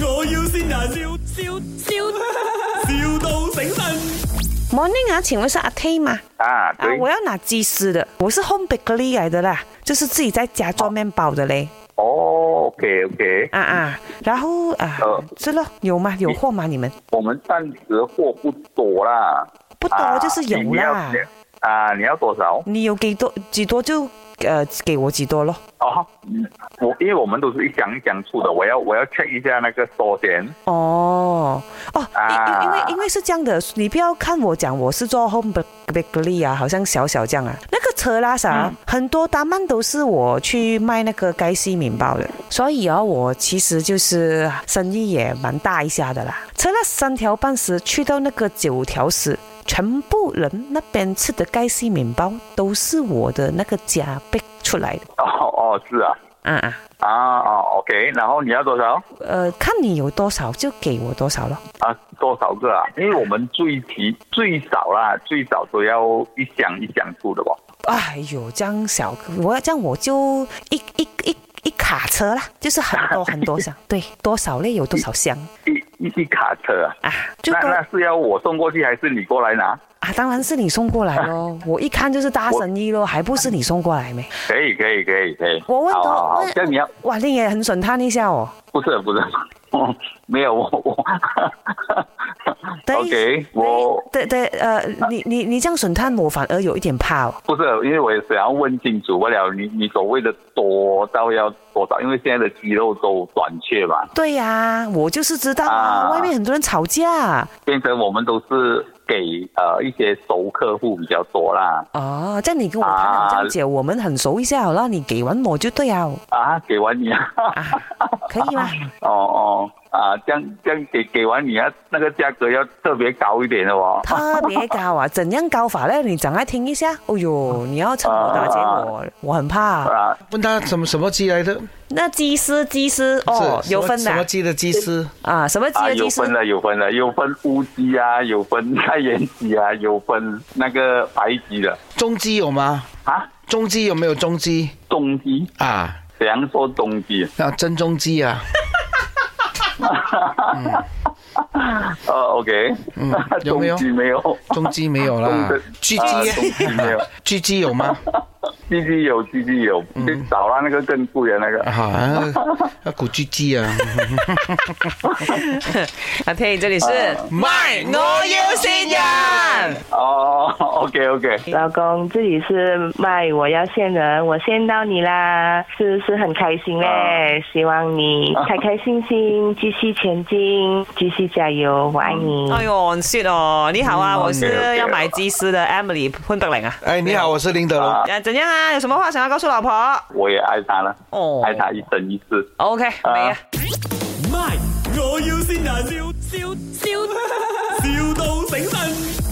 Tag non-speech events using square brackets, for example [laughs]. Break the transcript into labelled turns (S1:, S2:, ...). S1: 要先人，笑笑笑，,笑到醒神。
S2: Morning 啊，请问是阿 T 吗？
S3: 啊，
S2: 啊
S3: 对，，
S2: 我要拿鸡丝的，我是 home bakery 来的啦，就是自己在家做面包的嘞。
S3: 哦，OK OK，
S2: 啊啊，
S3: 嗯
S2: 然后啊
S3: 呃，
S2: 是咯，有吗？有货吗？你们
S3: 我们暂时货不多啦，啊
S2: 不多，就是有
S3: 你要
S2: 啦。
S3: 啊，你要多少？
S2: 你有几多几多就呃给我几多咯。
S3: 哦，嗯我因为我们都是一箱一箱出的，我要我要 check 一下那个多点。
S2: 哦哦，因因因为
S3: 啊
S2: 因为是这样的，你不要看我讲我是做 home bakery 啊，好像小小这样啊。那个车拉萨、
S3: 嗯
S2: 很多大曼都是我去卖那个该西面包的，所以啊，我其实就是生意也蛮大一下的啦。车了三条半时去到那个九条时。全部人那边吃的盖西面包都是我的那个家 bake 出来的
S3: 哦哦，是啊，
S2: 啊啊，
S3: 啊哦，OK，然后你要多少？
S2: 呃，看你有多少就给我多少咯。
S3: 啊，多少个啊？因为我们最起最少啦，最少都要一箱一箱出的吧。
S2: 哎呦，这样小，我要这样我就一一一一卡车啦，就是很多很多箱，对，多少类有多少箱
S3: 一一一卡车啊，
S2: 啊？就
S3: 那
S2: 多
S3: 那是要我送过去还是你过来拿？
S2: 啊，当然是你送过来
S3: [laughs]
S2: 咯，我一看就是大生意咯，还不是你送过来没？
S3: 可以可以可以可以。
S2: 我问
S3: 好
S2: 多
S3: 好好
S2: 问，
S3: 这样你要
S2: 哇，你也很损他一下哦。
S3: 不是不是， [laughs] 哦没有我我。
S2: [laughs] 等一
S3: OK，我
S2: 对对呃，你你你这样损他，我反而有一点怕哦。
S3: 不是，因为我也想要问清楚，不了你你所谓的多到要多少？因为现在的鸡肉都短缺嘛，
S2: 对呀、我就是知道啊，
S3: 啊
S2: 外面很多人吵架
S3: 变成我们都是给呃一些熟客户比较多啦。
S2: 哦。这样你跟我谈了
S3: 啊
S2: 这样姐，我们很熟一下好了，你给完我就对啊，
S3: 啊，给完你 [laughs] 啊，
S2: 啊，可以吗？
S3: 哦哦啊，这样这样给给完你啊，那个价格要特别高一点的哦。
S2: 特别高啊！怎样高法呢？你讲来听一下。哦呦，你要趁火打劫我，我很怕、
S3: 啊，
S4: 问他什么什么鸡来的？
S2: 那鸡丝，鸡丝哦，
S4: 是
S2: 有分的
S4: 什么什么
S2: 啊
S4: 鸡的鸡丝？
S2: 啊，什么鸡
S3: 啊，
S2: 的
S3: 有
S2: 鸡丝
S3: 分？的，有分的，有分乌鸡啊，有分开元鸡啊，有分那个白鸡的
S4: 中鸡有吗？
S3: 啊，
S4: 中鸡有没有中鸡
S3: 中鸡，
S4: 啊？
S3: 怎样说中鸡？
S4: 那真中鸡啊？
S3: 呃，OK， [laughs]
S4: 嗯有没有
S3: 中鸡没有，
S4: 中鸡没有啦
S3: 中的，
S4: 巨
S3: 啊
S4: 鸡
S3: 中鸡没有，
S4: [laughs] 巨鸡有吗？
S3: 鸡鸡有，鸡鸡有，
S4: 嗯
S3: 去找了那个更贵的那个。
S4: 啊，那古巨鸡啊！
S2: 阿佩，啊这里是
S4: 啊卖我要先人，
S3: 哦，OK OK，
S5: 老公，这里是麦，我要线人，我线到你啦，是不是很开心嘞？
S3: 啊
S5: 希望你开开心心，继续前进，继续加油，我爱你。
S2: 哎呦很，shit 哦！你好啊，我是
S3: OK，OK
S2: 要买鸡丝的 Emily 混德玲啊。
S4: 哎，你好，我是林德龙。
S2: 啊，怎样啊？有什么话想要告诉老婆？
S3: 我也爱他了，
S2: 哦
S3: 爱他一生一世。
S2: ，OK，没啊
S3: 哎啊。
S1: My，我要先人，笑笑笑，,笑到醒神。